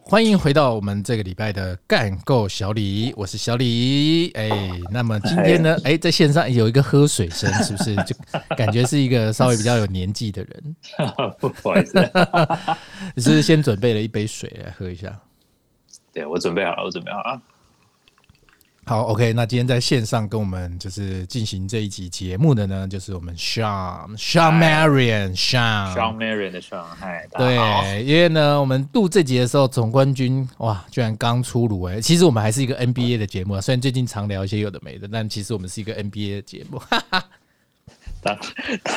欢迎回到我们这个礼拜的干够小李，我是小李。哎、那么今天呢，哎、在线上有一个喝水声，是不是？ 就感觉是一个稍微比较有年纪的人。 不好意 思，你是不是先准备了一杯水来喝一下？对我准备好了，我准备好了。啊好，OK，那今天在线上跟我们就是进行这一集节目的呢，就是我们 Sean Sean Marion Sean Sean Marion 的 Sean，嗨，大家好。对，因为呢，我们录这集的时候，总冠军哇，居然刚出炉哎、其实我们还是一个 NBA 的节目啊，虽然最近常聊一些有的没的，但其实我们是一个 NBA 的节目。当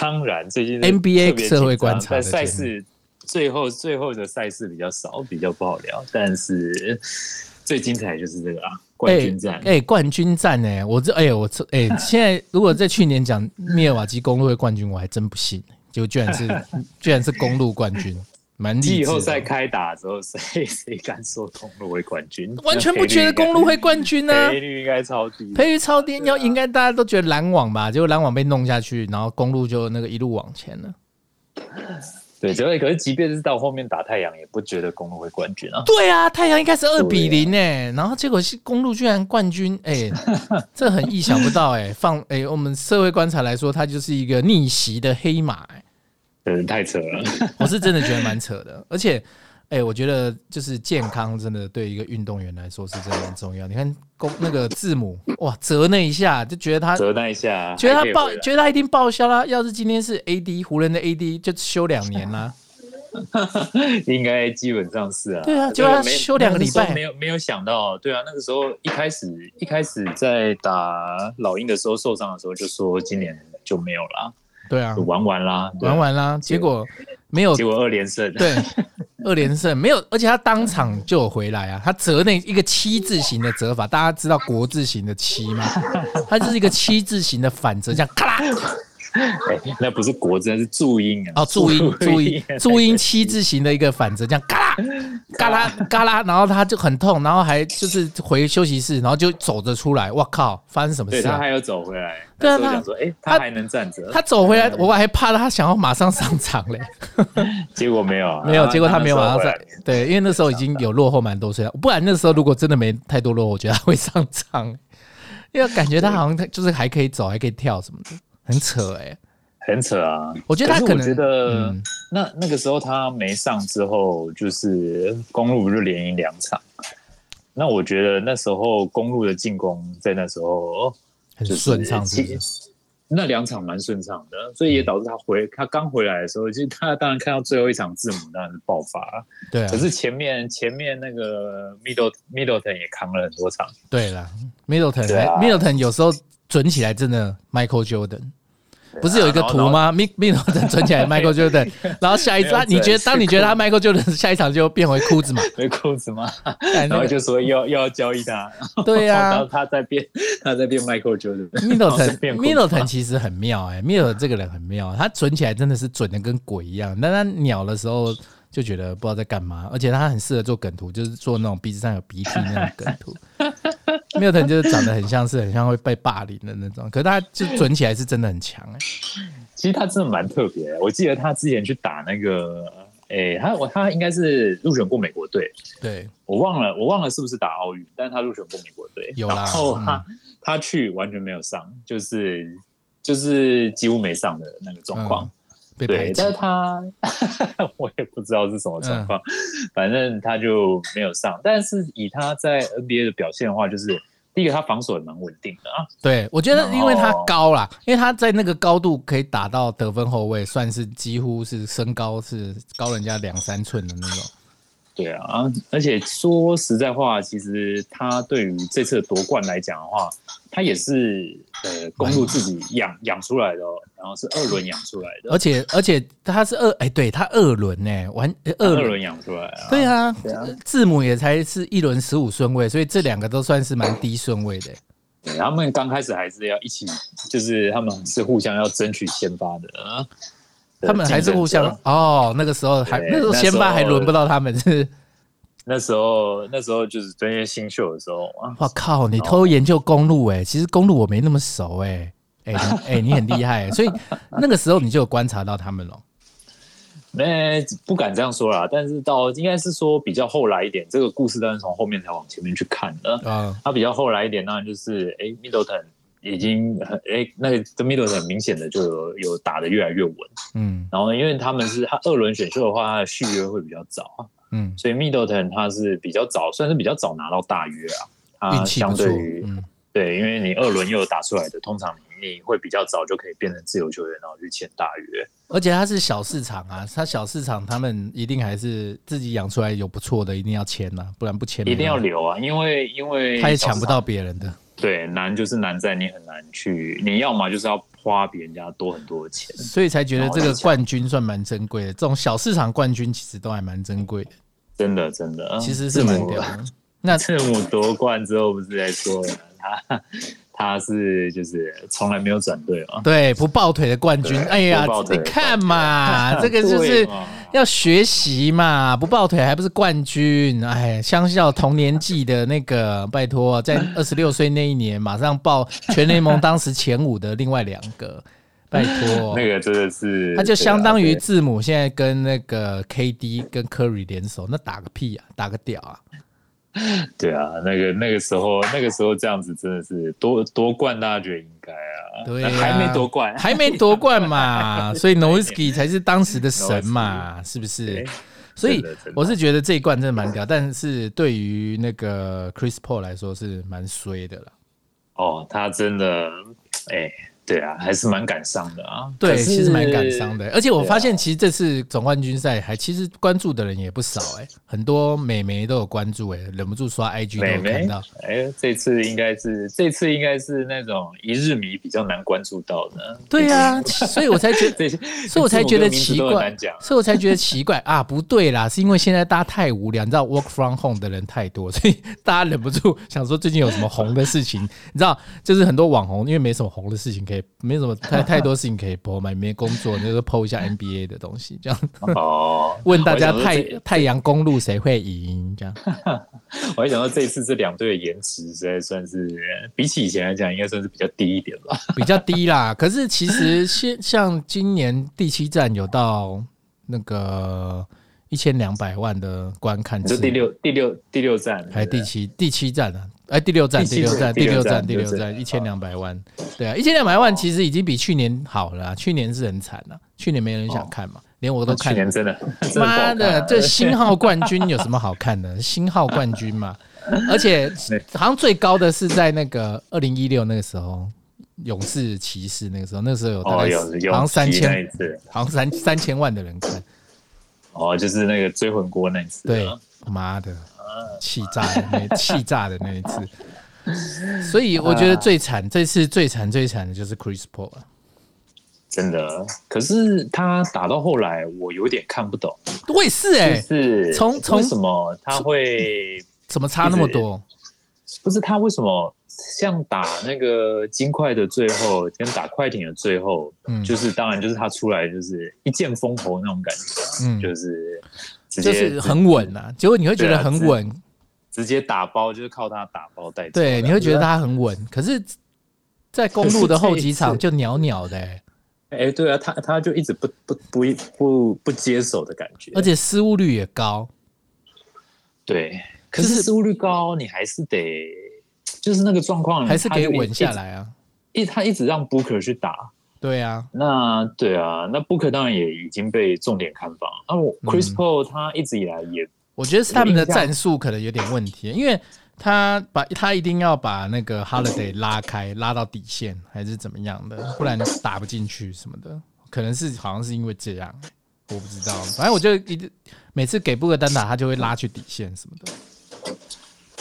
当然，最近 NBA 特别紧张社会观察的但赛事最后最后的赛事比较少，比较不好聊。但是最精彩就是这个啊， 冠军战。哎、哎冠军战哎、我这哎、我这 哎、现在如果在去年讲密尔瓦基公路的冠军，我还真不信，结果居然 是居然是公路冠军，蛮励志季的后赛开打之后， 谁谁敢说公路会冠军？ 完全不觉得公路会啊冠军呢、赔率应该超低的。培育超低，啊要应该大家都觉得篮网吧，结果篮网被弄下去，然后公路就那个一路往前了。对，所以可是即便是到后面打太阳，也不觉得公路会冠军啊。对啊，太阳应该是二比零呢、欸然后结果是公路居然冠军，哎、 这很意想不到哎、放哎、我们社会观察来说，它就是一个逆袭的黑马、哎嗯，太扯了。我是真的觉得蛮扯的， 而且。哎、我觉得就是健康真的对一个运动员来说是真的蛮重要。你看公那个字母哇折那一下，就觉得他折那一下，啊觉得还可他以报回，来觉得他一定报销啦。要是今天是 AD 湖人的 AD，就休两年啦。应该基本上是啊。对啊这就要没休两个礼拜那时候没有没有想到，对啊，那个时候一开始一开始在打老鹰的时候受伤的时候，就说今年就没有啦，对啊就，玩完啦，对啊玩。完啦，结果没有结果二连胜，对二连胜，没有，而且他当场就有回来啊。他折那一个七字形的折法，大家知道国字形的七吗？他就是一个七字形的反折，这样咔啦哎那不是国字，那是注音啊。哦，注音注音注音七字形的一个反折，这样嘎啦嘎啦嘎啦，然后他就很痛，然后还就是回休息室，然后就走着出来。我靠，发生什么对事他啊？还有走回来，对啊那时候他想说，哎，他他还能站着，他走回来，我还怕他想要马上上场嘞，结果没有啊，没有，结果他没有马上那时候上回来。啊对，因为那时候 已经有落后蛮多岁了，不然那时候如果真的没太多落后，我觉得他会上场，因为感觉他好像他就是还可以走，还可以跳什么的，很扯哎、很扯啊！我觉得他是可能我觉得、嗯那那个时候他没上之后，就是公路不是连赢两场。那我觉得那时候公路的进攻在那时候哦很就是顺畅，是不其是？那两场蛮顺畅的，所以也导致他回他刚回来的时候，其实他当然看到最后一场字母当然是爆发，对啊可，是前面前面那个 Middle Middleton 也扛了很多场，对啦 m i d d l e t o n 对啊 m i d d l e t o n 有时候准起来真的 Michael Jordan。不是有一个啊然后图 吗？Mid Middleton 准起来 Michael Jordan，然后下一次他，没有你觉得准当你觉得他 Michael Jordan 下一场就变回裤子嘛？没裤子嘛，干 然那后个就说又要又要交易他，对啊呀、然后他在变 他在变 Michael Jordan， Middleton 变 Middleton 其实很妙哎、m i d d l e t o n 这个人很妙，他准起来真的是准的跟鬼一样，但他鸟的时候就觉得不知道在干嘛，而且他很适合做梗图，就是做那种鼻子上有鼻涕那种梗图。Middleton 就是长得很像是很像会被霸凌的那种，可是他就准起来是真的很强哎、其实他真的蛮特别的。我记得他之前去打那个，诶、他我他应该是入选过美国队，对，我忘了我忘了是不是打奥运，但是他入选过美国队。有啦嗯然后他、他去完全没有上，就是就是几乎没上的那个状况。嗯被排对，挤但。是他 我也不知道是什么状况，嗯反正他就没有上。但是以他在 NBA 的表现的话，就是第一个他防守也蛮稳定的啊，对，我觉得因为他哦高啦，因为他在那个高度可以打到得分后卫，算是几乎是身高是高人家两三寸的那种。对啊，而且说实在话，其实他对于这次的夺冠来讲的话，他也是呃公路自己养养出来的、哦，然后是二轮养出来的，而且而且他是二哎、对他二轮呢、完哎啊二二轮。轮养出来啊。对啊对啊，字母也才是一轮十五顺位，所以这两个都算是蛮低顺位的、对他们刚开始还是要一起，就是他们是互相要争取先发的啊，他们还是互相竞争者。哦，那个时候还对那时候先发还轮不到他们，是那时候那时候就是专业新秀的时候啊，我靠，你偷研究公路哎、其实公路我没那么熟欸哎、哎哎、你很厉害、欸，所以那个时候你就有观察到他们了。那、不敢这样说啦，但是到应该是说比较后来一点，这个故事当然从后面才往前面去看的。啊，他比较后来一点，当然就是哎、诶 Middleton 已经很哎、那个 Middleton 很明显的就有有打得越来越稳。嗯然后因为他们是他二轮选秀的话，他的续约会比较早啊，嗯，所以 Middleton 他是比较早，算是比较早拿到大约 啊。他运气相不错对于，嗯对，因为你二轮又有打出来的，通常你会比较早就可以变成自由球员，然后去签大约。而且它是小市场啊，它小市场他们一定还是自己养出来有不错的，一定要签呐、不然不签一定要没办留啊，因为因为法嗯他也抢不到别人的。对，难就是难在你很难去，你要么就是要花比人家多很多的钱。所以才觉得这个冠军算蛮珍贵的，这种小市场冠军其实都还蛮珍贵的，真的真的，嗯其实是蛮字母屌的。那字母夺冠之后不是在说了他他是就是从来没有转队嘛？对不抱腿的冠军，对哎呀不抱，腿你的看嘛，这个就对是嘛要学习嘛，不抱腿还不是冠军？哎，相较同年纪的那个，拜托，在二十六岁那一年，马上报全联盟当时前五的另外两 个，拜托。那个真的是，哦他就相当于对啊字母现在跟那个 KD 跟 Curry 联手，那打个屁啊，打个屌啊！对对啊，那个那个时候那个时候这样子真的是夺夺冠，大家觉得应该啊，对啊还没夺冠，还没夺冠 嘛，所以 Noisky 才是当时的神嘛，是不是对？所以哎真的真的我是觉得这一冠真的蛮屌，但是对于那个 Chris Paul 来说是蛮衰的了。哦，他真的，哎，对啊，还是蛮感伤的啊。对，可是其实蛮感伤的。而且我对啊发现，其实这次总冠军赛还其实关注的人也不少哎、很多美眉都有关注哎、忍不住刷 IG 都美有看眉到。，哎，这次应该是这次应该是那种一日迷比较难关注到的。对啊，所以我才 觉得，这些，所以我才觉得这奇种歌名字都很怪难讲，所以我才觉得奇怪啊，不对啦，是因为现在大家太无聊，你知道 work from home 的人太多，所以大家忍不住想说最近有什么红的事情， 你知道，就是很多网红因为没什么红的事情可以，没什么太太多事情可以播嘛，也没工作，你就是 PO 一下 NBA 的东西，这样哦， 问大家我还太想说太阳公路谁会赢这样。 这，我还想到这一次这两队的颜值实在算是比起以前来讲，应该算是比较低一点吧。比较低啦。可是其实现像今年第七站有到那个一千两百万的观看你次说数，第六、第六、第六站，还是第对啊七第七站啊？哎，第六站，第第七六站站，第第六六站，站啊第六第六站，站一千两百万，对啊，一千两百万其实已经比去年好了啊、去年是很惨了、去年没人想看嘛，连我不都对哦去看。年真的，真的不好妈看啊的，这星号冠军有什么好看 的？星号冠军嘛，而且好像最高的是在那个二零一六那个时候，勇士骑士那个时候，那个时候有大哦，概有有好像三那千一，啊次，好像三三千万的人看，哦，就是那个追魂锅那一次，啊对，妈的，气炸的 那气炸的那一次。所以我觉得最惨，这次最惨最惨的就是 Chris Paul 啊真的。可是他打到后来，我有点看不懂，我也是哎、就欸，是从从为什么他会怎么差那么多？不是他为什么像打那个金块的最后跟打快艇的最后，嗯就是当然就是他出来就是一剑封喉那种感觉啊，嗯就是直就接是很稳啊，结果你会觉对得啊很是稳，直接打包，就是靠他打包带走。对，你会觉得他很稳，可是，在公路的后几场可是就袅袅的、欸，哎，对啊，他他就一直不不不不不接手的感觉，而且失误率也高。对，可就是是失误率高，你还是得就是那个状况还是他可以就一稳下。来啊。一一他一直让 Booker 去打，对啊，那对啊，那 Booker 当然也已经被重点看防。那我嗯 Chris Paul 他一直以来也我觉得是他们的战术可能有点问题，因为他把他一定要把那个 Holiday 拉开，拉到底线还是怎么样的，不然打不进去什么的，可能是好像是因为这样，我不知道。反正我就一直每次给布克单打，他就会拉去底线什么的。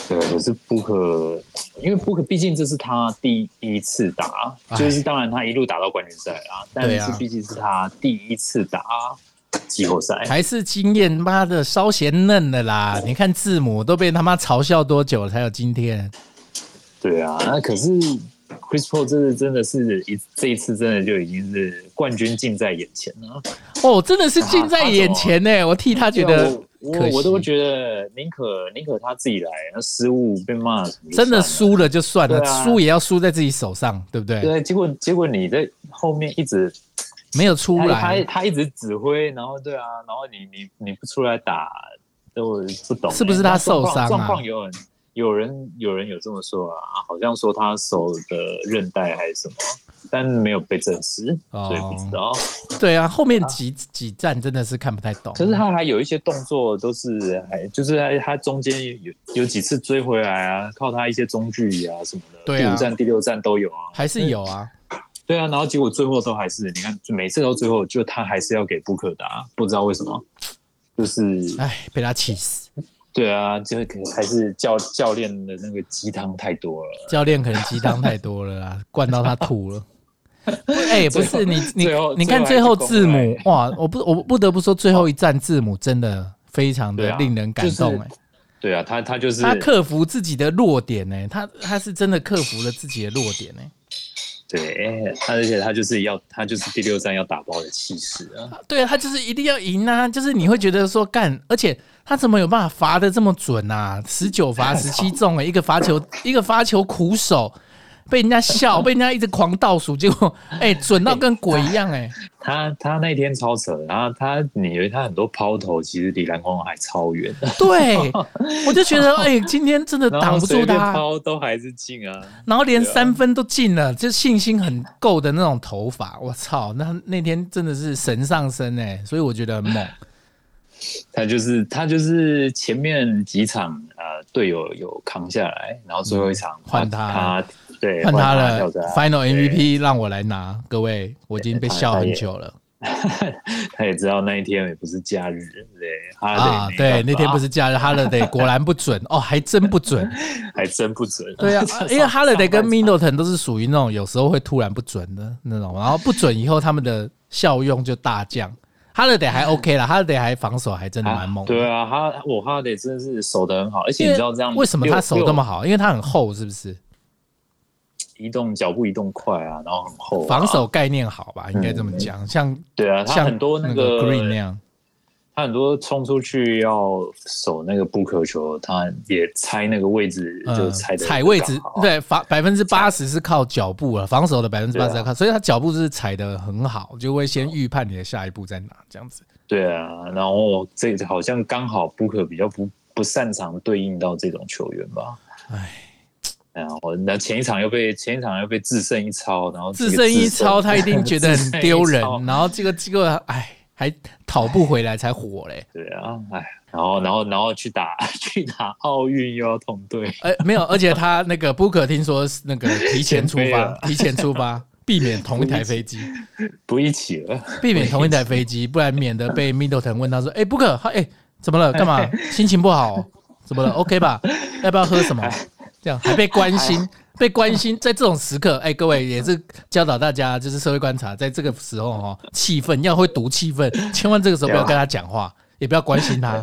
对，可是 Booker，因为 Booker 毕竟这是他第一次打，哎就是当然他一路打到冠军赛啊，但对啊是毕竟是他第一次打季后赛。还是经验，妈的稍嫌嫩的啦！哦你看字母都被他妈嘲笑多久了才有今天？对啊，那可是 Chris Paul 这是真的是一这一次真的就已经是冠军近在眼前了。哦，真的是近在眼前啊呢、我替他觉得对啊可我惜我我都觉得宁可宁可他自己来，那失误被骂什么就真的算了输了就算了，对啊输也要输在自己手上，对不对？对，结果结果你在后面一直没有出他他来，他一直指挥，然后对啊，然后你你你不出来打，都不懂欸、是不是他那状况受伤啊状况有人有人有人有这么说啊，好像说他手的韧带还是什么，但没有被证实，哦所以不知道。对啊，后面几几站真的是看不太懂。可是他还有一些动作都是还就是他他中间有有几次追回来啊，靠他一些中距离啊什么的，对啊第五站第六站都有啊。还是有啊，对啊，然后结果最后都还是你看，就每次到最后就他还是要给布克达，不知道为什么，就是哎，被他气死。对啊，就是可能还是教教练的那个鸡汤太多了。教练可能鸡汤太多了 啦，灌到他吐了。哎、不是你你最后你看最最后后还是字母公哇，我不我不得不说最后一站字母真的非常对的啊令人感动就哎、是对啊，他他就是他克服自己的弱点哎、他他是真的克服了自己的弱点哎、对，他而且他就是要他就是第六站要打包的气势啊。对啊，他就是一定要赢啊，就是你会觉得说干，而且他怎么有办法罚的这么准啊？十九罚十七中哎、一个罚球一个罚球苦手。被人家 笑，被人家一直狂倒数，结果哎、准到跟鬼一样哎、他他那天超扯，然后他你以为他很多抛投，其实离篮筐还超远，对，我就觉 得哎、今天真的然挡后不随住便他，抛都还是进啊。然后连对啊三分都进了，就信心很够的那种头发，我操，那那天真的是神上身哎、所以我觉得很猛。他就是他就是前面几场呃队友有扛下来，然后最后一场嗯换他他，对，哎换他啊了跳出来，Final MVP 让我来拿，各位，我已经被笑很久了他也知道那一天也不是假日，对，哈雷啊！对，那天不是假日，Holiday 果然不准哦，还真不准。还真不准， 对 啊，因为 Holiday 跟 Middleton 都是属于那种有时候会突然不准的那种，然后不准以后他们的效用就大降。Holiday 还 OK 啦，Holiday 还防守还真的蛮猛啊的。对啊，哈，我哈雷真的是守得很好，而且因为你知道这样为什么他手六那么好？因为他很厚，是不是？六移动脚步移动快啊，然后很厚啊、防守概念好吧，应该这么讲。像对啊，他像很多那那个 Green 那样，他很多冲出去要守那个不可球，他也猜那个位置就嗯，猜的、踩位置啊对防百分之八十是靠脚步了，防守的百分之八十对要啊靠，所以他脚步是踩的很好，就会先预判你的下一步在哪这样子。对啊，然后这好像刚好布克比较不不擅长对应到这种球员吧。唉，然后那前一场又被前一场又被自胜一超，然后这自个胜一超，他一定觉 得自很胜一丢人超，然后这个这个哎，还讨不回来才火嘞。对啊，哎，然后然后然后去打 去打奥运又要同队，哎，没有，而且他那个 Booker 听说是那个提前出 先飞发了，提前出发，避免同一台飞机，不一起了。避免同一台飞机，不然免得被 Middleton 问他说：“哎，Booker，他哎怎么了？干嘛？心情不好哦？怎么了？OK 吧？要不要喝什么？”这样还被关心，被关心，在这种时刻，哎，各位也是教导大家，就是社会观察，在这个时候哦，气氛要会读气氛，千万这个时候不要跟他讲话，也不要关心他。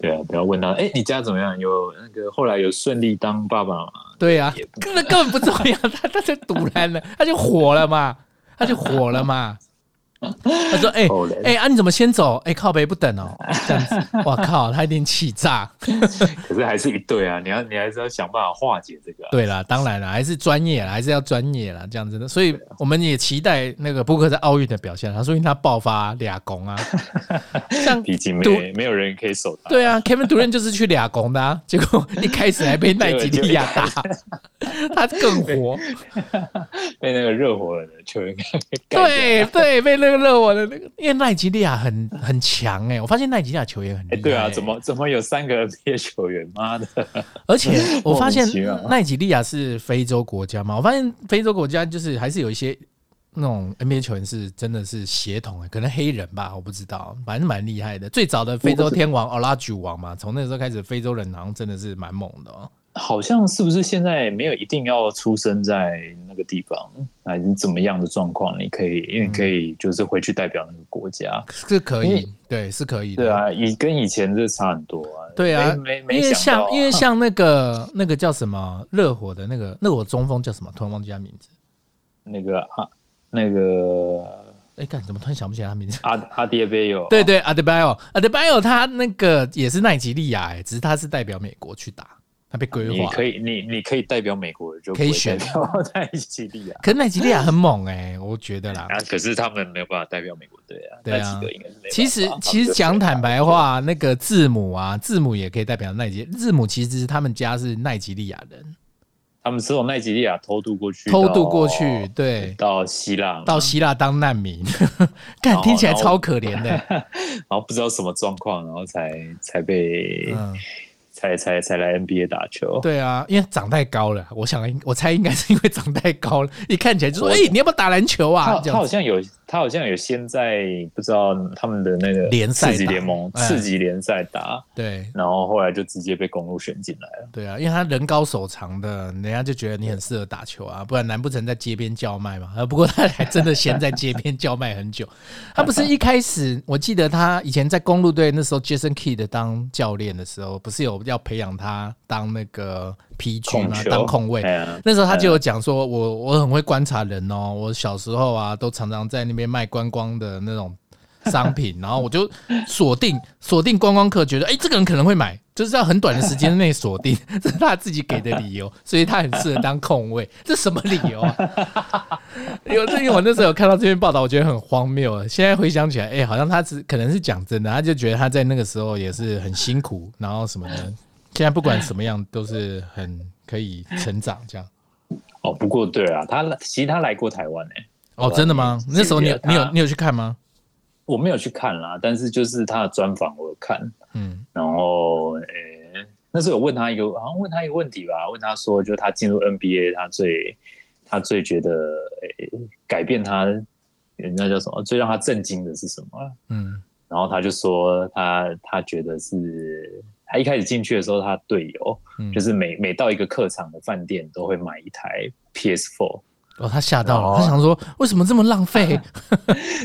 对啊，不要问他，哎，你家怎么样？有那个后来有顺利当爸爸吗？对呀、啊也，根本根本不重要，他他就堵然了，他就火了嘛，他就火了嘛。他说：“哎、后来哎、啊，你怎么先走？哎、靠北不等哦，这样子，我靠，他一定气炸。可是还是一对啊，你要你还是要想办法化解这个啊、对啦，当然啦，还是专业啦，还是要专业啦，这样子的。所以我们也期待那个布克在奥运的表现，他说明他爆发俩攻啊， 像毕竟赌没没有人可以守他。对啊，Kevin Durant 就是去俩攻的、啊，结果一开始还被奈及利亚打， 他更火。”被那个热火的球员给 盖掉。对对，被那个热我的那个，因为奈及利亚很很强哎、我发现奈及利亚球员很厉害、欸哎，对啊，怎？么怎么有三个 NBA 球员？妈的，而且 我发现莫名其妙奈及利亚是非洲国家嘛，我发现非洲国家就是还是有一些那种 NBA 球员是真的是血统哎、可能黑人吧，我不知道，反正蛮厉害的。最早的非洲天王奥拉举王嘛，从那时候开始，非洲人好像真的是蛮猛的哦。好像是不是现在没有一定要出生在那个地方，啊，你怎么样的状况，你可以，因为你可嗯以就是回去代表那个国家。是可因以为，对，是可以的。嗯对啊，以跟以前这差很多啊。对啊，没没因没为想像到啊，因为像那个那个叫什么热火的那个热火中锋叫什么，突然忘记他名字。那个啊，那个哎，干怎么突然想不起来他名字？ 阿阿迪耶贝有，啊对对，阿德拜尔，阿德拜尔他那个也是奈及利亚，哎，只是他是代表美国去打，他被规你划。可以，你你可以代表美国就可以选到在西利亚。可是奈及利亚很猛哎、我觉得 啦。啊，可是他们没有办法代表美国队啊，对啊那几个应该是没办法。其实啊他们就其实讲坦白对啊，话，那个字母啊，字母也可以代表奈及，字母其实是他们家是奈及利亚人，他们是从奈及利亚偷渡过去，偷渡过去，对，到希腊，到希腊当难 民，干哦听起来然后超可怜的、 然后不知道什么状况，然后才才被、嗯，才才才来 NBA 打球。对啊，因为长太高了，我想应我猜应该是因为长太高了，一看起来就说，我哎、你要不要打篮球他啊？这他样好子，像有，他好像有先在不知道他们的那个联赛打次级联盟、哎次级联赛打，对然后后来就直接被公路选进来了。对啊，因为他人高手长的，人家就觉得你很适合打球啊，不然难不成在街边叫卖嘛？啊， 不过他还真的先在街边叫卖很 久。他不是一开始，我记得他以前在公路队那时候，Jason Kidd 当教练的时候，不是有要培养他当那个 PG 控吗？球当控卫。哎呀，那时候他就有讲说，我我很会观察人哦，我小时候啊，都常常在那边卖观光的那种商品，然后我就锁定锁定观光客，觉得哎、诶这个人可能会买，就是要很短的时间内锁定， 这是他自己给的理由，所以他很适合当空位，这什么理由啊？ 有，因为我那时候有看到这篇报道，我觉得很荒谬啊。现在回想起来，哎、好像他只可能是讲真的，他就觉得他在那个时候也是很辛苦，然后什么的。现在不管什么样都是很可以成长这样。哦，不过对啊，他其实他来过台湾诶、哎哦，真的吗？记得那时候你有他你有你有去看吗？我没有去看啦，但是就是他的专访我有看，嗯，然后诶、那时候有问他一个，好像问他一个问题吧，问他说，就是他进入 NBA，他最他最觉得诶、改变他，诶那叫什么？最让他震惊的是什么啊？嗯，然后他就说他他觉得是他一开始进去的时候，他队友、嗯就是每每到一个客场的饭店都会买一台 PS4，哦，他吓到了，哦他想说为什么这么浪 费？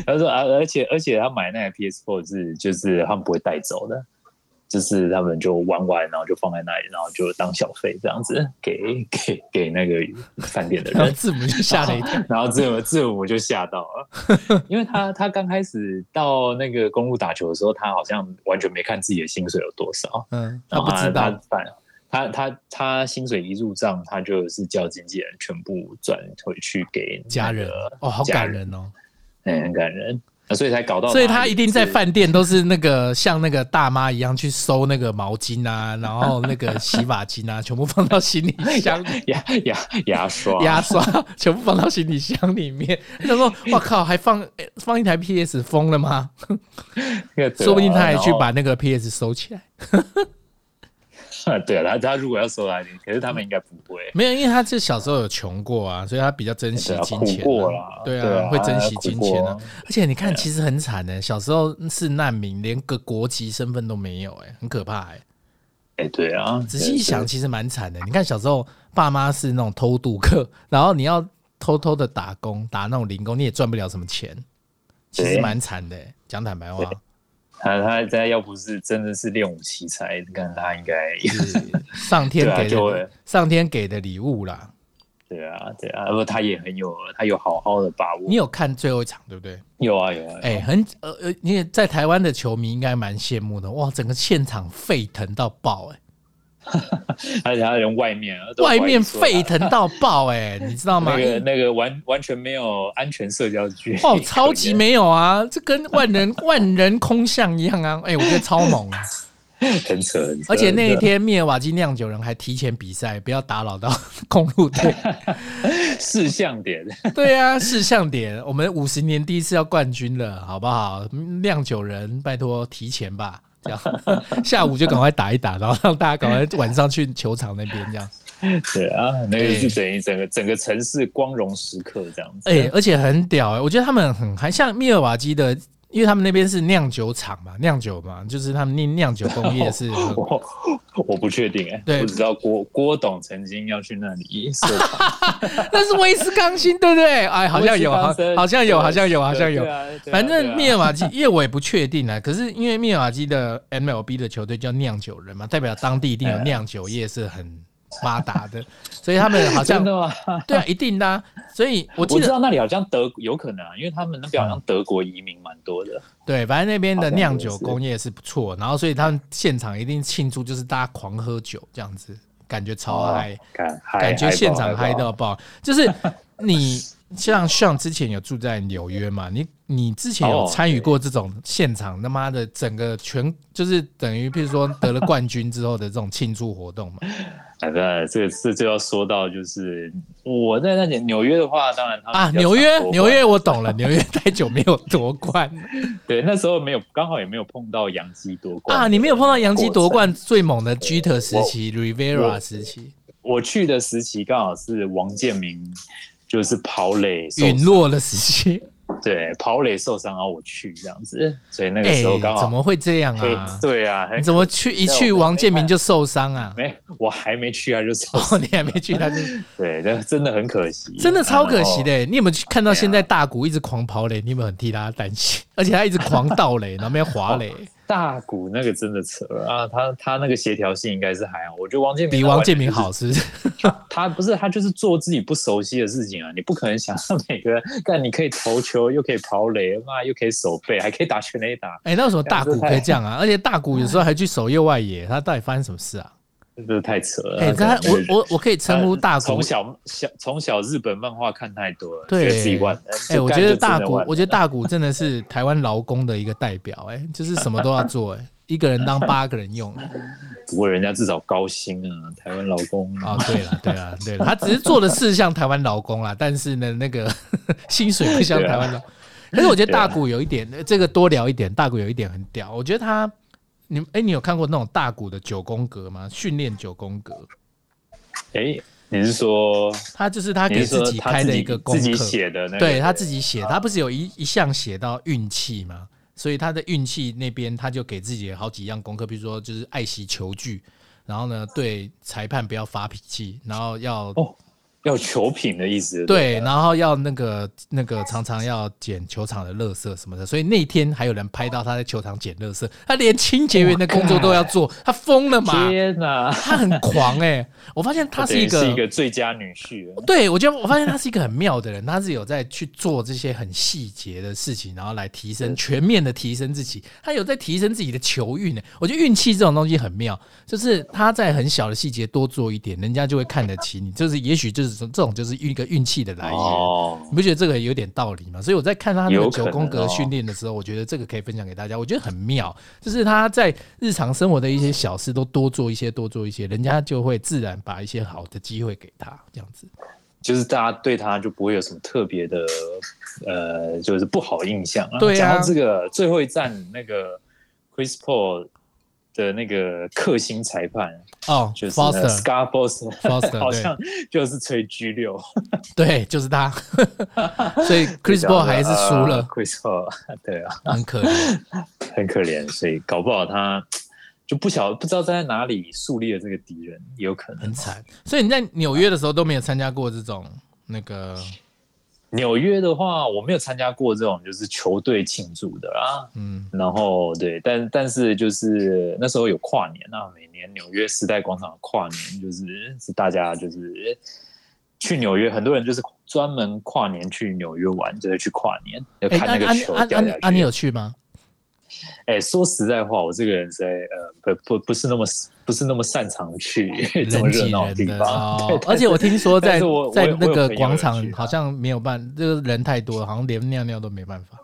他说啊，而且而且他买那台 PS4 是就是他们不会带走的，就是他们就玩完然后就放在那里，然后就当小费这样子给给给那个饭店的然后人。字母就 吓了一跳。然后字母字母就吓到了，因为他他刚开始到那个公路打球的时候，他好像完全没看自己的薪水有多少，嗯，他然后不知道他，反他他他薪水一入账，他就是叫经纪人全部转回去给那家人个哦，好家感人，人哦。嗯，很感人，那所以才搞到，所以他一定在。饭店都是那个像那个大妈一样去收那个毛巾啊，然后那个洗发精啊，全部放到行李 箱。牙牙牙刷，牙刷全部放到行李箱里面，他说：“我靠，还放诶放一台 PS，疯了吗？那个对啊说不定他还然后去把那个 PS 收起来。” 对啊，他他如果要收来，可是他们应该不会，没有，因为他这小时候有穷过啊，所以他比较珍惜对啊，金苦钱、过啦，对对啊，会珍惜金钱啊苦过。而且你看，其实很惨的、欸小时候是难民，连个国籍身份都没有、哎，很可怕哎、哎，对啊，仔细一真是想，，其实蛮惨的。你看小时候爸妈是那种偷渡客，然后你要偷偷的打工，打那种零工，你也赚不了什么钱，其实对蛮惨的、哎讲坦白话，他他他要不是真的是练武奇才，你看他应该 上天对啊给的、就会上天给的礼物啦。对啊对啊，不他也很有他有好好的把握你，有看最后一场对不对？有啊有啊，哎、很呃呃，你也在台湾的球迷应该蛮羡慕的哇，整个现场沸腾到爆哎、而且他连外面啊，都怀疑外说面沸腾 到爆哎、你知道他吗？那个那个完完全没有安全社交距离，哦，超级没有啊，这跟万人万人空巷一样啊！哎、我觉得超猛 啊！ 很扯，很扯而且那一天密尔瓦基酿酒人还提前比赛，不要打扰到 公路队。四项点，对啊，是象点，我们五十年第一次要冠军了，好不好？酿酒人，拜托提前吧，这样 下午就赶快打一打，然后让大家赶快晚上去球场那边这样。对啊，那个哎是等于整个整个城市光荣时刻这样子，哎、而且很屌哎、我觉得他们很还像密尔瓦基的，因为他们那边是酿酒厂嘛，酿酒嘛，就是他们酿酿酒工业是 很我我不确定哎、对我只知道郭郭董曾经要去 那里设厂， 那是威斯康星对不对？哎，好像有，好好像有，好像有，好 啊像有。反正密面尔瓦基，因为我也不确定啊。可是因为密尔瓦基的 MLB 的球队叫酿酒人嘛，代表当地一定有酿酒业是很发达的，所以他们好像 真的吗？对啊，一定的、啊。所以我记我知得嗯道那里好像德有可能啊，因为他们那边好像德国移民蛮多的，对，反正那边的酿好酒像也是工业是不错，然后所以他们现场一定庆祝，就是大家狂喝酒这样子，感觉超嗨、看感觉现场嗨哦嗨到爆。就是你像像之前有住在纽约嘛，你你之前有哦参与过这种现场他妈的整个全就是等于譬如说得了冠军之后的这种庆祝活动嘛？哎，不，这个这就要说到，就是我在那里纽约的话，当然他们啊，比较纽约常夺冠纽约我懂了，纽约太久没有夺冠 了对，那时候没有，刚好也没有碰到洋基夺冠啊！你没有碰到洋基夺冠最猛的 g 对 t 时期、Rivera 我时期，我去的时期刚好是王建民就是跑垒受陨落的时期。对跑垒受伤，然后我去这样子，所 以那个哎、时候刚好、怎么会这样嘿啊？对啊，你怎么去一去王建民就受伤啊？没我还没去啊，就受哦，你还没去， 他就对，那真的很可惜， 真的超可惜的然欸。后。你有没有去看到现啊在大谷一直狂跑垒？你有没有很替他担心？而且他一直狂倒 垒，然后没滑垒，哦大谷那个真的扯啊，他他那个协调性应该是还好，我觉得王建民比王建民好，是不 是？他不是他就是做自己不熟悉的事情啊，你不可能想让每个人，但你可以投球，又可以跑垒，妈又可以守备，还可以打全垒打，哎、那为什么大谷可以这样啊？而且大谷有时候还去守右外野，他到底发生什么事啊？真的太扯了。哎、他啊真的是我我我可以称呼大谷从。小小从小日本漫画看太多了，对觉得自己万能。哎、就我干觉得就真的大谷万，能我觉得大谷真的是台湾劳工的一个代表、哎，就是什么都要做、哎，一个人当八个人用，不过人家至少高薪啊，台湾老公啊，哦，对了，对了，对了，他只是做的事像台湾劳工啦，但是呢，那个 薪水不啊像台湾劳。可是我觉得大谷有一点，呃这个多聊一点，大谷有一点很屌。我觉得他，你哎，你有看过那种大谷的九宫格吗？训练九宫格，哎，你是说他就是他你给是说自己他开自的己一个功自己课，写的那个？啊对他自己写，他不是有一一项写到运气吗？所以他的运气那边，他就给自己好几样功课，比如说就是爱惜球具，然后呢对裁判不要发脾气，然后要哦，要求品的意思。对，然后要那个那个常常要捡球场的垃圾什么的，所以那天还有人拍到他在球场捡垃圾，他连清洁员的工作都要做，他疯了嘛？天哪，他很狂哎、我发现他是一等于个是一，个最佳女婿啊了。对我觉得我发现他是一个很妙的人，他是有在去做这些很细节的事情，然后来提升全面的提升自己，他有在提升自己的球运呢、欸我觉得运气这种东西很妙，就是他在很小的细节多做一点，人家就会看得起你，就是也许就是这种就是一个运气的来源。哦你，不觉得这个有点道理吗？所以我在看他那个有可九能宫格哦训练的时候，我觉得这个可以分享给大家，我觉得很妙，就是他在日常生活的一些小事都多做一些，多做一些，人家就会自然把一些好的机会给他，这样子。就是大家对他就不会有什么特别的，呃，就是不好印象。对啊讲到这个最后一站那个 Chris Paul 的那个克星裁判，哦就是那个，Foster， Scar Foster， Foster，对 好像就是吹 G 六，对，就是他，所 以 Chris Paul 还是输呃了， Chris Paul，对啊，很可怜。很可怜，所以搞不好他就不晓不知道在哪里树立了这个敌人，也有可能很。惨，所以你在纽约的时候都没有参加过这种那个，纽约的话，我没有参加过这种就是球队庆祝的啊。嗯，然后对，但但是就是那时候有跨年啊，每年纽约时代广场的跨年就是是大家就是去纽约，很多人就是专门跨年去纽约玩，就是去跨年，要哎，看那安个安球安掉安下安，啊你去有。去吗？哎、说实在话，我这个人实在呃不不不是那么不是那么擅长去 这么人热挤闹的地人的方。对哦，而且我听说在但是我在我有那我有个朋友广有场去啊好像没有办，就是人太多，好像连尿尿都没办法。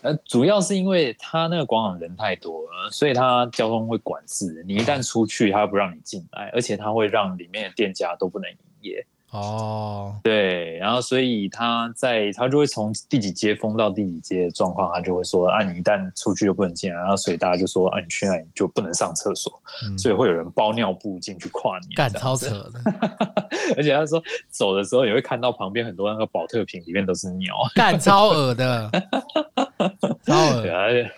呃，主要是因为他那个广场人太多了，所以他交通会管制。你一旦出去，他不让你进来，而且他会让里面的店家都不能营业。哦，对，然后所以他在他就会从第几街封到第几街的状况，他就会说啊，你一旦出去就不能进来。然后所以大家就说啊，你去那里就不能上厕所，嗯，所以会有人包尿布进去跨年。干这样超扯的，而且他说走的时候也会看到旁边很多那个保特瓶里面都是尿。干超恶的，超恶。对啊，而且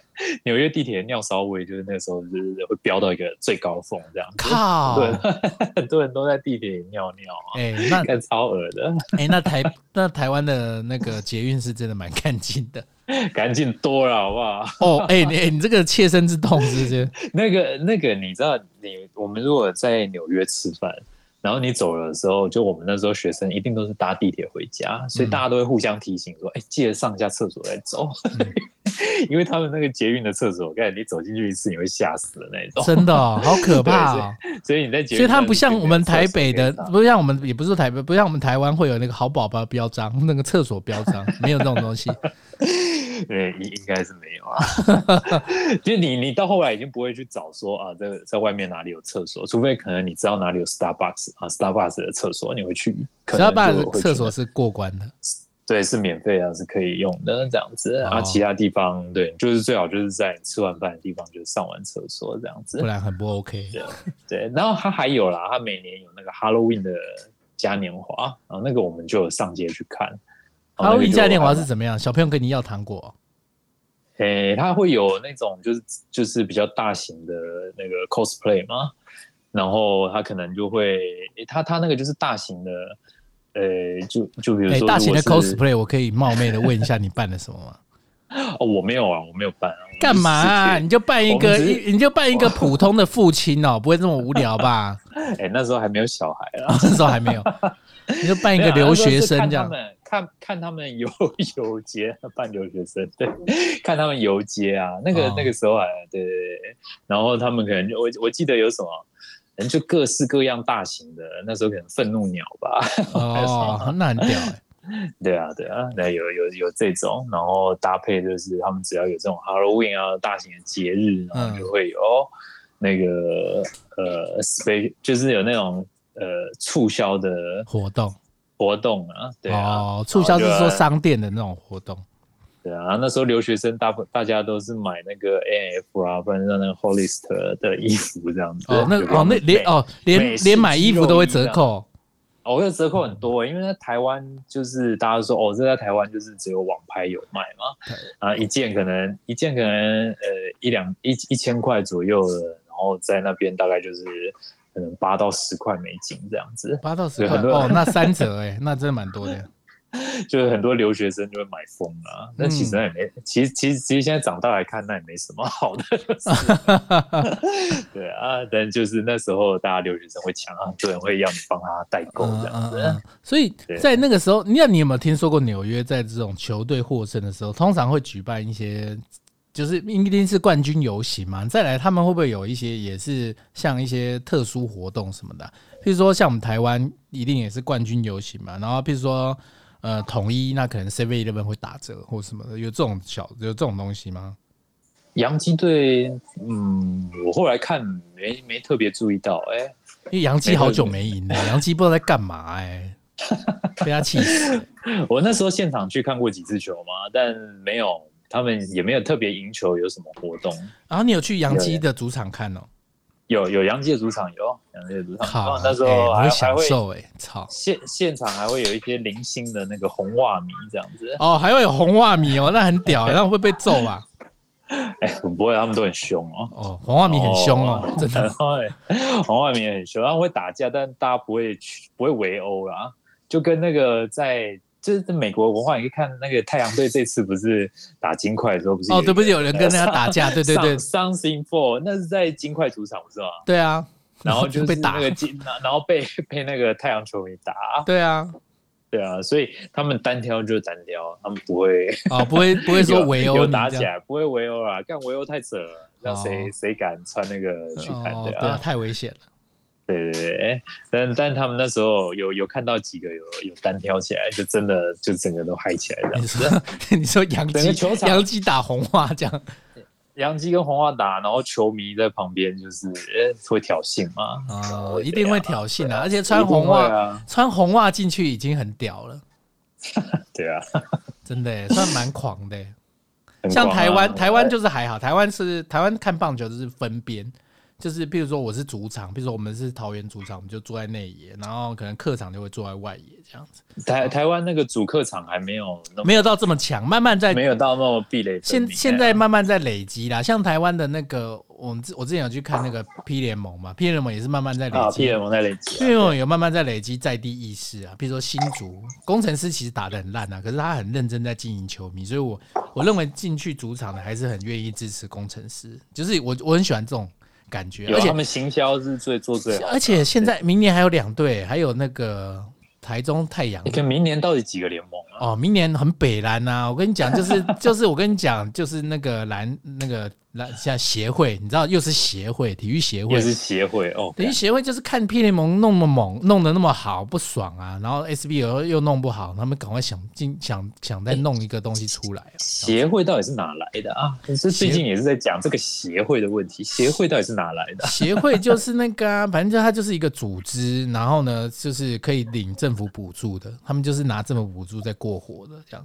纽约地铁的尿骚味就是那个时候就是会飙到一个最高峰这样子。靠！对， 啊很多人都在地铁里尿尿啊，哎、那看超恶的，哎、那台那台湾的那个捷运是真的蛮干净的干净多了好不好？哦。哎、你、哎你这个切身之痛是不 是？那个那个，你知道你我们如果在纽约吃饭。然后你走了的时候，就我们那时候学生一定嗯嗯都是搭地铁回家，所以大家都会互相提醒说：“哎、记得上一下厕所再走。 因为他们那个捷运的厕所，我感觉你走进去一次你会吓死的那种。真的哦、好可怕、哦。所以你在捷运所以站它不像我们台北的里面厕，所不像我们也不是说台北，不像我们台湾会有那个好宝宝标章，那个厕所标章，没有这种东 西。可以对，应应该是没有啊。 就是你你到后来已经不会去找说啊，在在外面哪里有厕所，除非可能你知道哪里有 Starbucks 啊，Starbucks 的厕所你会去，可只能要就把会去厕所那是过关的，对，是免费啊，是可以用的这样子。啊，哦其他地方对，就是最好就是在你吃完饭的地方就上完厕所这样子不。然很不 OK。 对，然后它还有啦，它每年有那个 Halloween 的嘉年华，然后那个我们就有上街去看。啊然后那个一就下电话是怎么样？小朋友跟你要糖果诶、它会有那种就是就是比较大型的那个 cosplay 嘛，然后它可能就会，诶它它那个就是大型的，呃，就就比哦，如哎、说、大型的如果是 cosplay，我可以冒昧的问一下你办了什么吗？哦，我没有啊，我没有办啊，我干嘛、啊？就你就办一我个，们只一你就办一个普通的父亲哦，不会这么无聊吧？是去？哎、那时候还没有小孩啊， 那时候还没有，你就办一个留学生这样没有那时候是看他。们看看他们游 游街，办留学生，对，看他们游街啊，那个、哦那个时候还对对对，然后他们可能就我我记得有什么。可能就各式各样大型的，那时候可能愤怒鸟吧， 哦，那很屌哎、对啊，对啊，那有有有这种，然后搭配就是他们只要有这种 Halloween 啊大型的节日，然嗯后就会有那个、呃 space，就是有那种呃促销的活动活动啊，对啊，哦，促销是然后说就商店的那种活动，对啊，那时候留学生大部大家都是买那个 A F 啊，不然像那个 Hollister 的衣服这样子。哦，那对吧哦那连，哦连美式连买衣服都会肌肉衣折扣，哦，我觉得折扣很多、因为在台湾就是大家说哦，这在台湾就是只有网拍有卖嘛，啊，一件可能一件可能呃一两一一千块左右的，然后在那边大概就是可能八到十块美金这样子， 八到十对块很多人哦，那三折哎、那真的蛮多 的。就是很多留学生就会买疯啊。那其嗯实那也没，其实其实其实现在长大来看，那也没什么好的。 对啊，但就是那时候大家留学生会抢啊，很多人会要你帮他代购嗯这样嗯子。嗯，所以对在那个时候，你你有没有听说过纽约在这种球队获胜的时候，通常会举办一些，就是一定是冠军游行嘛？再来，他们会不会有一些也是像一些特殊活动什么的啊？譬如说，像我们台湾一定也是冠军游行嘛，然后譬如说。呃，统一那可能 Seven Eleven 会打折或什么的，有这种小有这种东西吗？洋基队，嗯，我后来看没没特别注意到，哎、因为杨基好久没赢了， 杨基不知道在干嘛哎、被他气死 了。我那时候现场去看过几次球嘛，但没有，他们也没有特别赢球有什么活动。然后啊你有去杨基的主场看哦、有有洋基的主场有洋基的主场，靠有，哦那时哎候我还、会还享会受哎、操！现现场还会有一些零星的那个红袜迷这样子，哦，还会有红袜米哦，那很屌、 那会被揍吧？哎、不会，他们都很凶哦。哦，红袜米很凶哦，真的。对， 红袜迷也很凶，他们会打架，但大家不会去，不会围殴啦，就跟那个在就是美国文化，你可以看那个太阳队这次不是打金块的时候不是哦，对不起，有人跟人家打架，对对对，Something for 那是在金块主场不是吗？对啊，然后就 是被打那，个金，然后被被那个太阳球迷打，对啊，对啊，所以他们单挑就是单挑，他们不会。哦，不会不会说围殴有你打这起样，来，不会围殴啦，干围殴太扯了，那谁哦谁敢穿那个去看哦对，对啊，啊？太危险 了。对对对，但但他们那时候有有看到几个有有单挑起来，就真的就整个都嗨起来这样你。说 你说杨啊整基个球场杨基打红袜这样，杨基跟红袜打，然后球迷在旁边就是呃会挑衅嘛，哦，一定会挑衅啊，而且一穿定红会袜啊，穿红袜进去已经很屌了，对啊，真的耶算蛮狂的耶。很像狂啊台湾，台湾就是还好，台湾是台湾看棒球就是分边，就是比如说我是主场，比如说我们是桃园主场，我们就坐在内野，然后可能客场就会坐在外野这样子，台台湾那个主客场还没有那么没有到这么强，慢慢在哦没有到那么啊壁垒分现明现在慢慢在累积啦。像台湾的那个，我们之我之前有去看那个 P 联盟嘛，P 联盟也是慢慢在累啊积。 ，PM 在累积因啊，为我有慢慢在累积在地意识啊，比如说新竹工程师其实打得很烂啊，可是他很认真在经营球迷，所以我我认为进去主场的还是很愿意支持工程师，就是我我很喜欢这种感觉，有啊而他且们行销是最做最好的，而且现在明年还有两队，还有那个台中太阳你，看明年到底几个联盟啊？哦，明年很北蓝呐、我跟你讲，就是 就是我跟你讲，就是那个蓝那个蓝像协会，你知道又是协会，体育协也会。是协会哦，等于协会就是看 P 联盟弄那么猛，弄得那么好，不爽啊！然后 SBL 又弄不好，他们赶快想尽想想再弄一个东西出来啊！ 协会到底是哪来的啊？可是最近也是在讲这个协会的问题，协会到底是哪来的？协会就是那个、啊，反正就它就是一个组织，然后呢，就是可以领政府补助的，他们就是拿政府补助在过活的这样。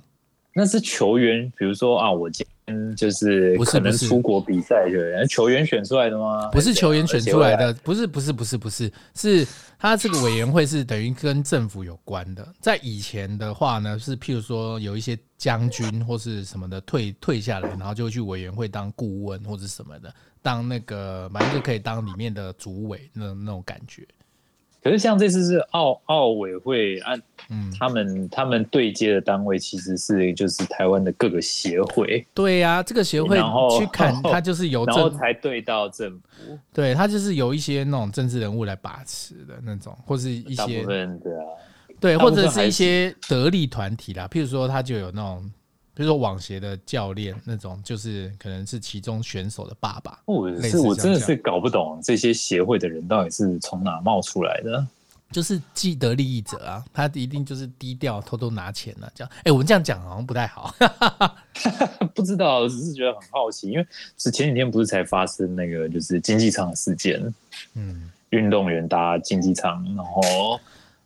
那是球员，比如说啊，我今天就是不是可能不是出国比赛球员，球员选出来的吗？不是球员啊选出来还是怎样，的，不是不是不是不是，是他这个委员会是等于跟政府有关的。在以前的话呢，是譬如说有一些将军或是什么的退退下来，然后就去委员会当顾问或者什么的，当那个反正就可以当里面的主委那那种感觉。可是像这次是奥奥委会啊，嗯，他们他们对接的单位其实是就是台湾的各个协会，对呀、这个协会然后去 看，他就是由然后政，才对到政府，对他就是由一些那种政治人物来把持的那种，或是一大部些分对啊，对，大或部者分是还一是些得力团体啦，譬如说他就有那种，比如说网协的教练那种，就是可能是其中选手的爸爸。我类似哦是我像真的这是搞不懂这些协会的人到底是从哪冒出来的。就是既得利益者啊，他一定就是低调偷偷拿钱啊，这样。哎、我们这样讲好像不太好。不知道，只是觉得很好奇，因为是前几天不是才发生那个就是竞技场事件，嗯，运动员搭竞技场，然后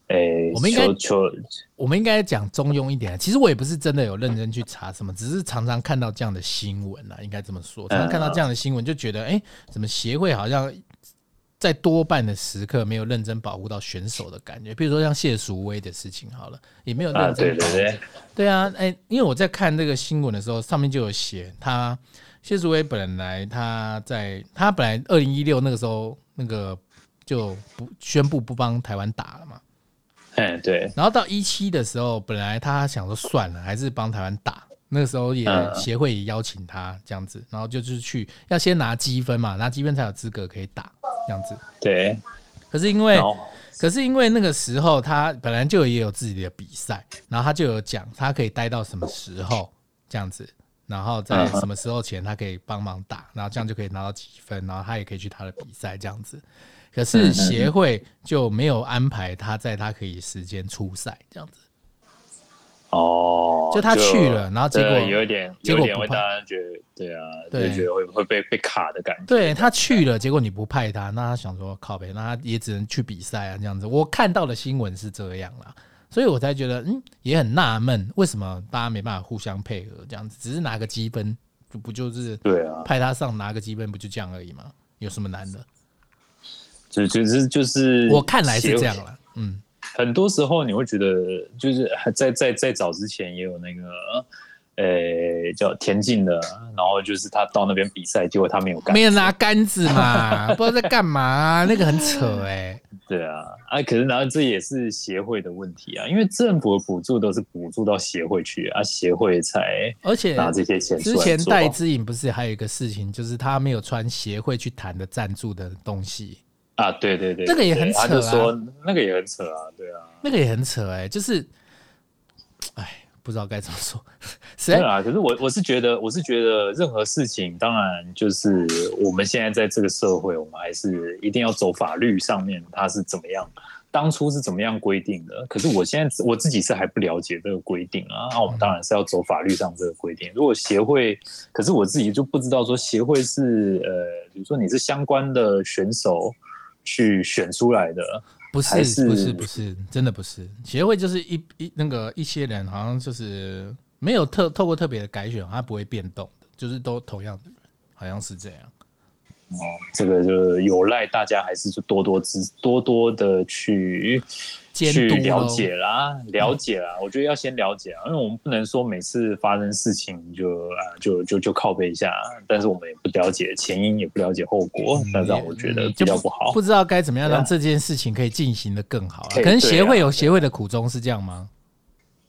诶、哦我们应该球球我们应该讲中庸一点啊。其实我也不是真的有认真去查什么，只是常常看到这样的新闻啊，应该这么说。常常看到这样的新闻，就觉得哎、怎么协会好像在多半的时刻没有认真保护到选手的感觉？比如说像谢淑薇的事情，好了，也没有啊，认对真保对护对，对啊，哎、因为我在看这个新闻的时候，上面就有写他谢淑薇本来他在他本来二零一六那个时候那个就不宣布不帮台湾打了嘛，嗯对，然后到一期的时候，本来他想说算了，还是帮台湾打。那个时候也嗯协会也邀请他这样子，然后就是去要先拿积分嘛，拿积分才有资格可以打这样子。对，可是因为然后可是因为那个时候他本来就也有自己的比赛，然后他就有讲他可以待到什么时候这样子，然后在嗯哼什么时候前他可以帮忙打，然后这样就可以拿到积分，然后他也可以去他的比赛这样子。可是协会就没有安排他在他可以时间出赛这样子，哦，就他去了，然后结果对有一点结有果一不点会怕大家觉得对啊，对就觉得会会被被卡的感觉，对他去了，结果你不派他，那他想说靠北，那他也只能去比赛啊，这样子。我看到的新闻是这样啦，所以我才觉得嗯也很纳闷，为什么大家没办法互相配合这样子，只是拿个积分，就不就是对啊，派他上拿个积分，不就这样而已吗？有什么难的？就就是就是我看来是协这样啦，嗯，很多时候你会觉得，就是在在在早之前也有那个，呃，叫田径的，然后就是他到那边比赛，结果他没有干没，有拿杆子 嘛，不知道在干嘛、那个很扯哎、对啊，啊，可是然后这也是协会的问题啊，因为政府的补助都是补助到协会去啊，协会才而且拿这些钱出之来做前戴之颖不是还有一个事情，就是他没有穿协会去谈的赞助的东西。啊，对对对，那个也很对扯啊他就说那个也很扯啊，对啊，那个也很扯哎、就是，哎，不知道该怎么说。 谁对啊，可是我我是觉得，我是觉得任何事情，当然就是我们现在在这个社会，我们还是一定要走法律上面，它是怎么样，当初是怎么样规定的。可是我现在我自己是还不了解这个规定啊，那我们当然是要走法律上这个规定。如果协会，可是我自己就不知道说协会是呃，比如说你是相关的选手去选出来的，不是还是不是不是，真的不是。协会就是一一那个一些人，好像就是没有特透过特别的改选，他不会变动的，就是都同样的人，好像是这样。哦，这个就有赖大家还是就多多支多多的去监去督了咯嗯解啦，了解啦。我觉得要先了解啊，因为我们不能说每次发生事情就啊就就就靠背一下，但是我们也不了解前因，也不了解后果，那、让我觉得嗯比较就不好不。知道该怎么样对啊让这件事情可以进行的更好、啊。可以可能对啊协会有协会的苦衷是这样吗？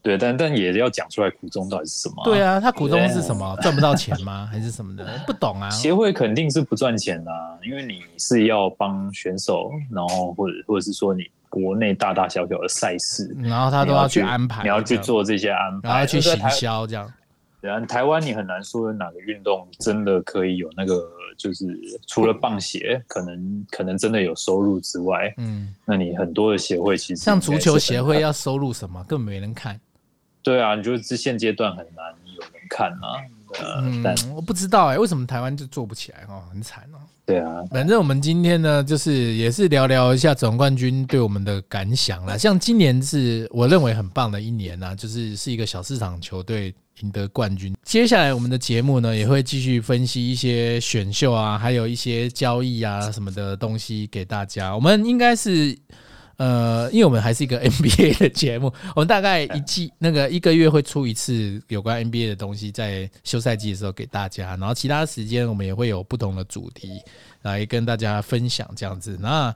对，但但也要讲出来苦衷到底是什么、对啊，啊，他股东是什么？赚不到钱吗？ 还是什么的？不懂啊。协会肯定是不赚钱啦、因为你是要帮选手，然后或者或者是说你国内大大小小的赛事，然后他都你去安排，你要去，做这些安排，然后去就是行在台销这样。然后台湾你很难说哪个运动真的可以有那个，就是除了棒协可能可能真的有收入之外，嗯，那你很多的协会其实像足球协会要要收入什么，根本没人看。对啊，你就是现阶段很难有人看啊，对啊嗯但，我不知道哎、为什么台湾就做不起来哦，很惨哦。对啊，反正我们今天呢，就是也是聊聊一下总冠军对我们的感想啦。像今年是我认为很棒的一年啦，就是是一个小市场球队赢得冠军。接下来我们的节目呢，也会继续分析一些选秀啊，还有一些交易啊什么的东西给大家。我们应该是。呃，因为我们还是一个 NBA 的节 目，我们大概一季那个一个月会出一次有关 NBA 的东西，在休赛季的时候给大家，然后其他时间我们也会有不同的主题来跟大家分享这样子。那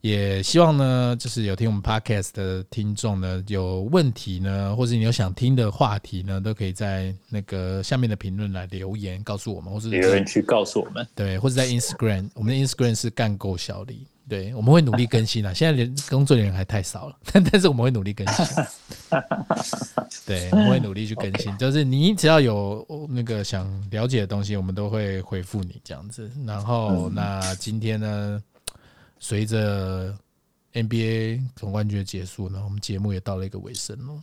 也希望呢，就是有听我们 podcast 的听众呢，有问题呢，或是你有想听的话题呢，都可以在那个下面的评论来留言告诉我们，或是有人去告诉我们，对，或者在 Instagram，我们的 Instagram 是干够小李，对，我们会努力更新啦。啊现在连工作人员还太少了， 但但是我们会努力更新。对，我们会努力去更新。就是你只要有那个想了解的东西，我们都会回复你这样子。然后，那今天呢，随着 NBA 总冠军的结束呢，我们节目也到了一个尾声了。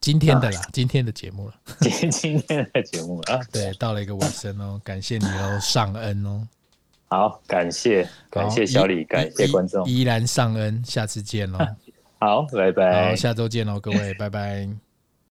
今天的啦，今天的节目了，今今天的节目啊，对，到了一个尾声哦，感谢你哦，上恩哦。好，感谢感谢好小李，依感谢依观众， 依然上恩，下次见喽。好，拜好，拜。下周见喽，各位，拜拜。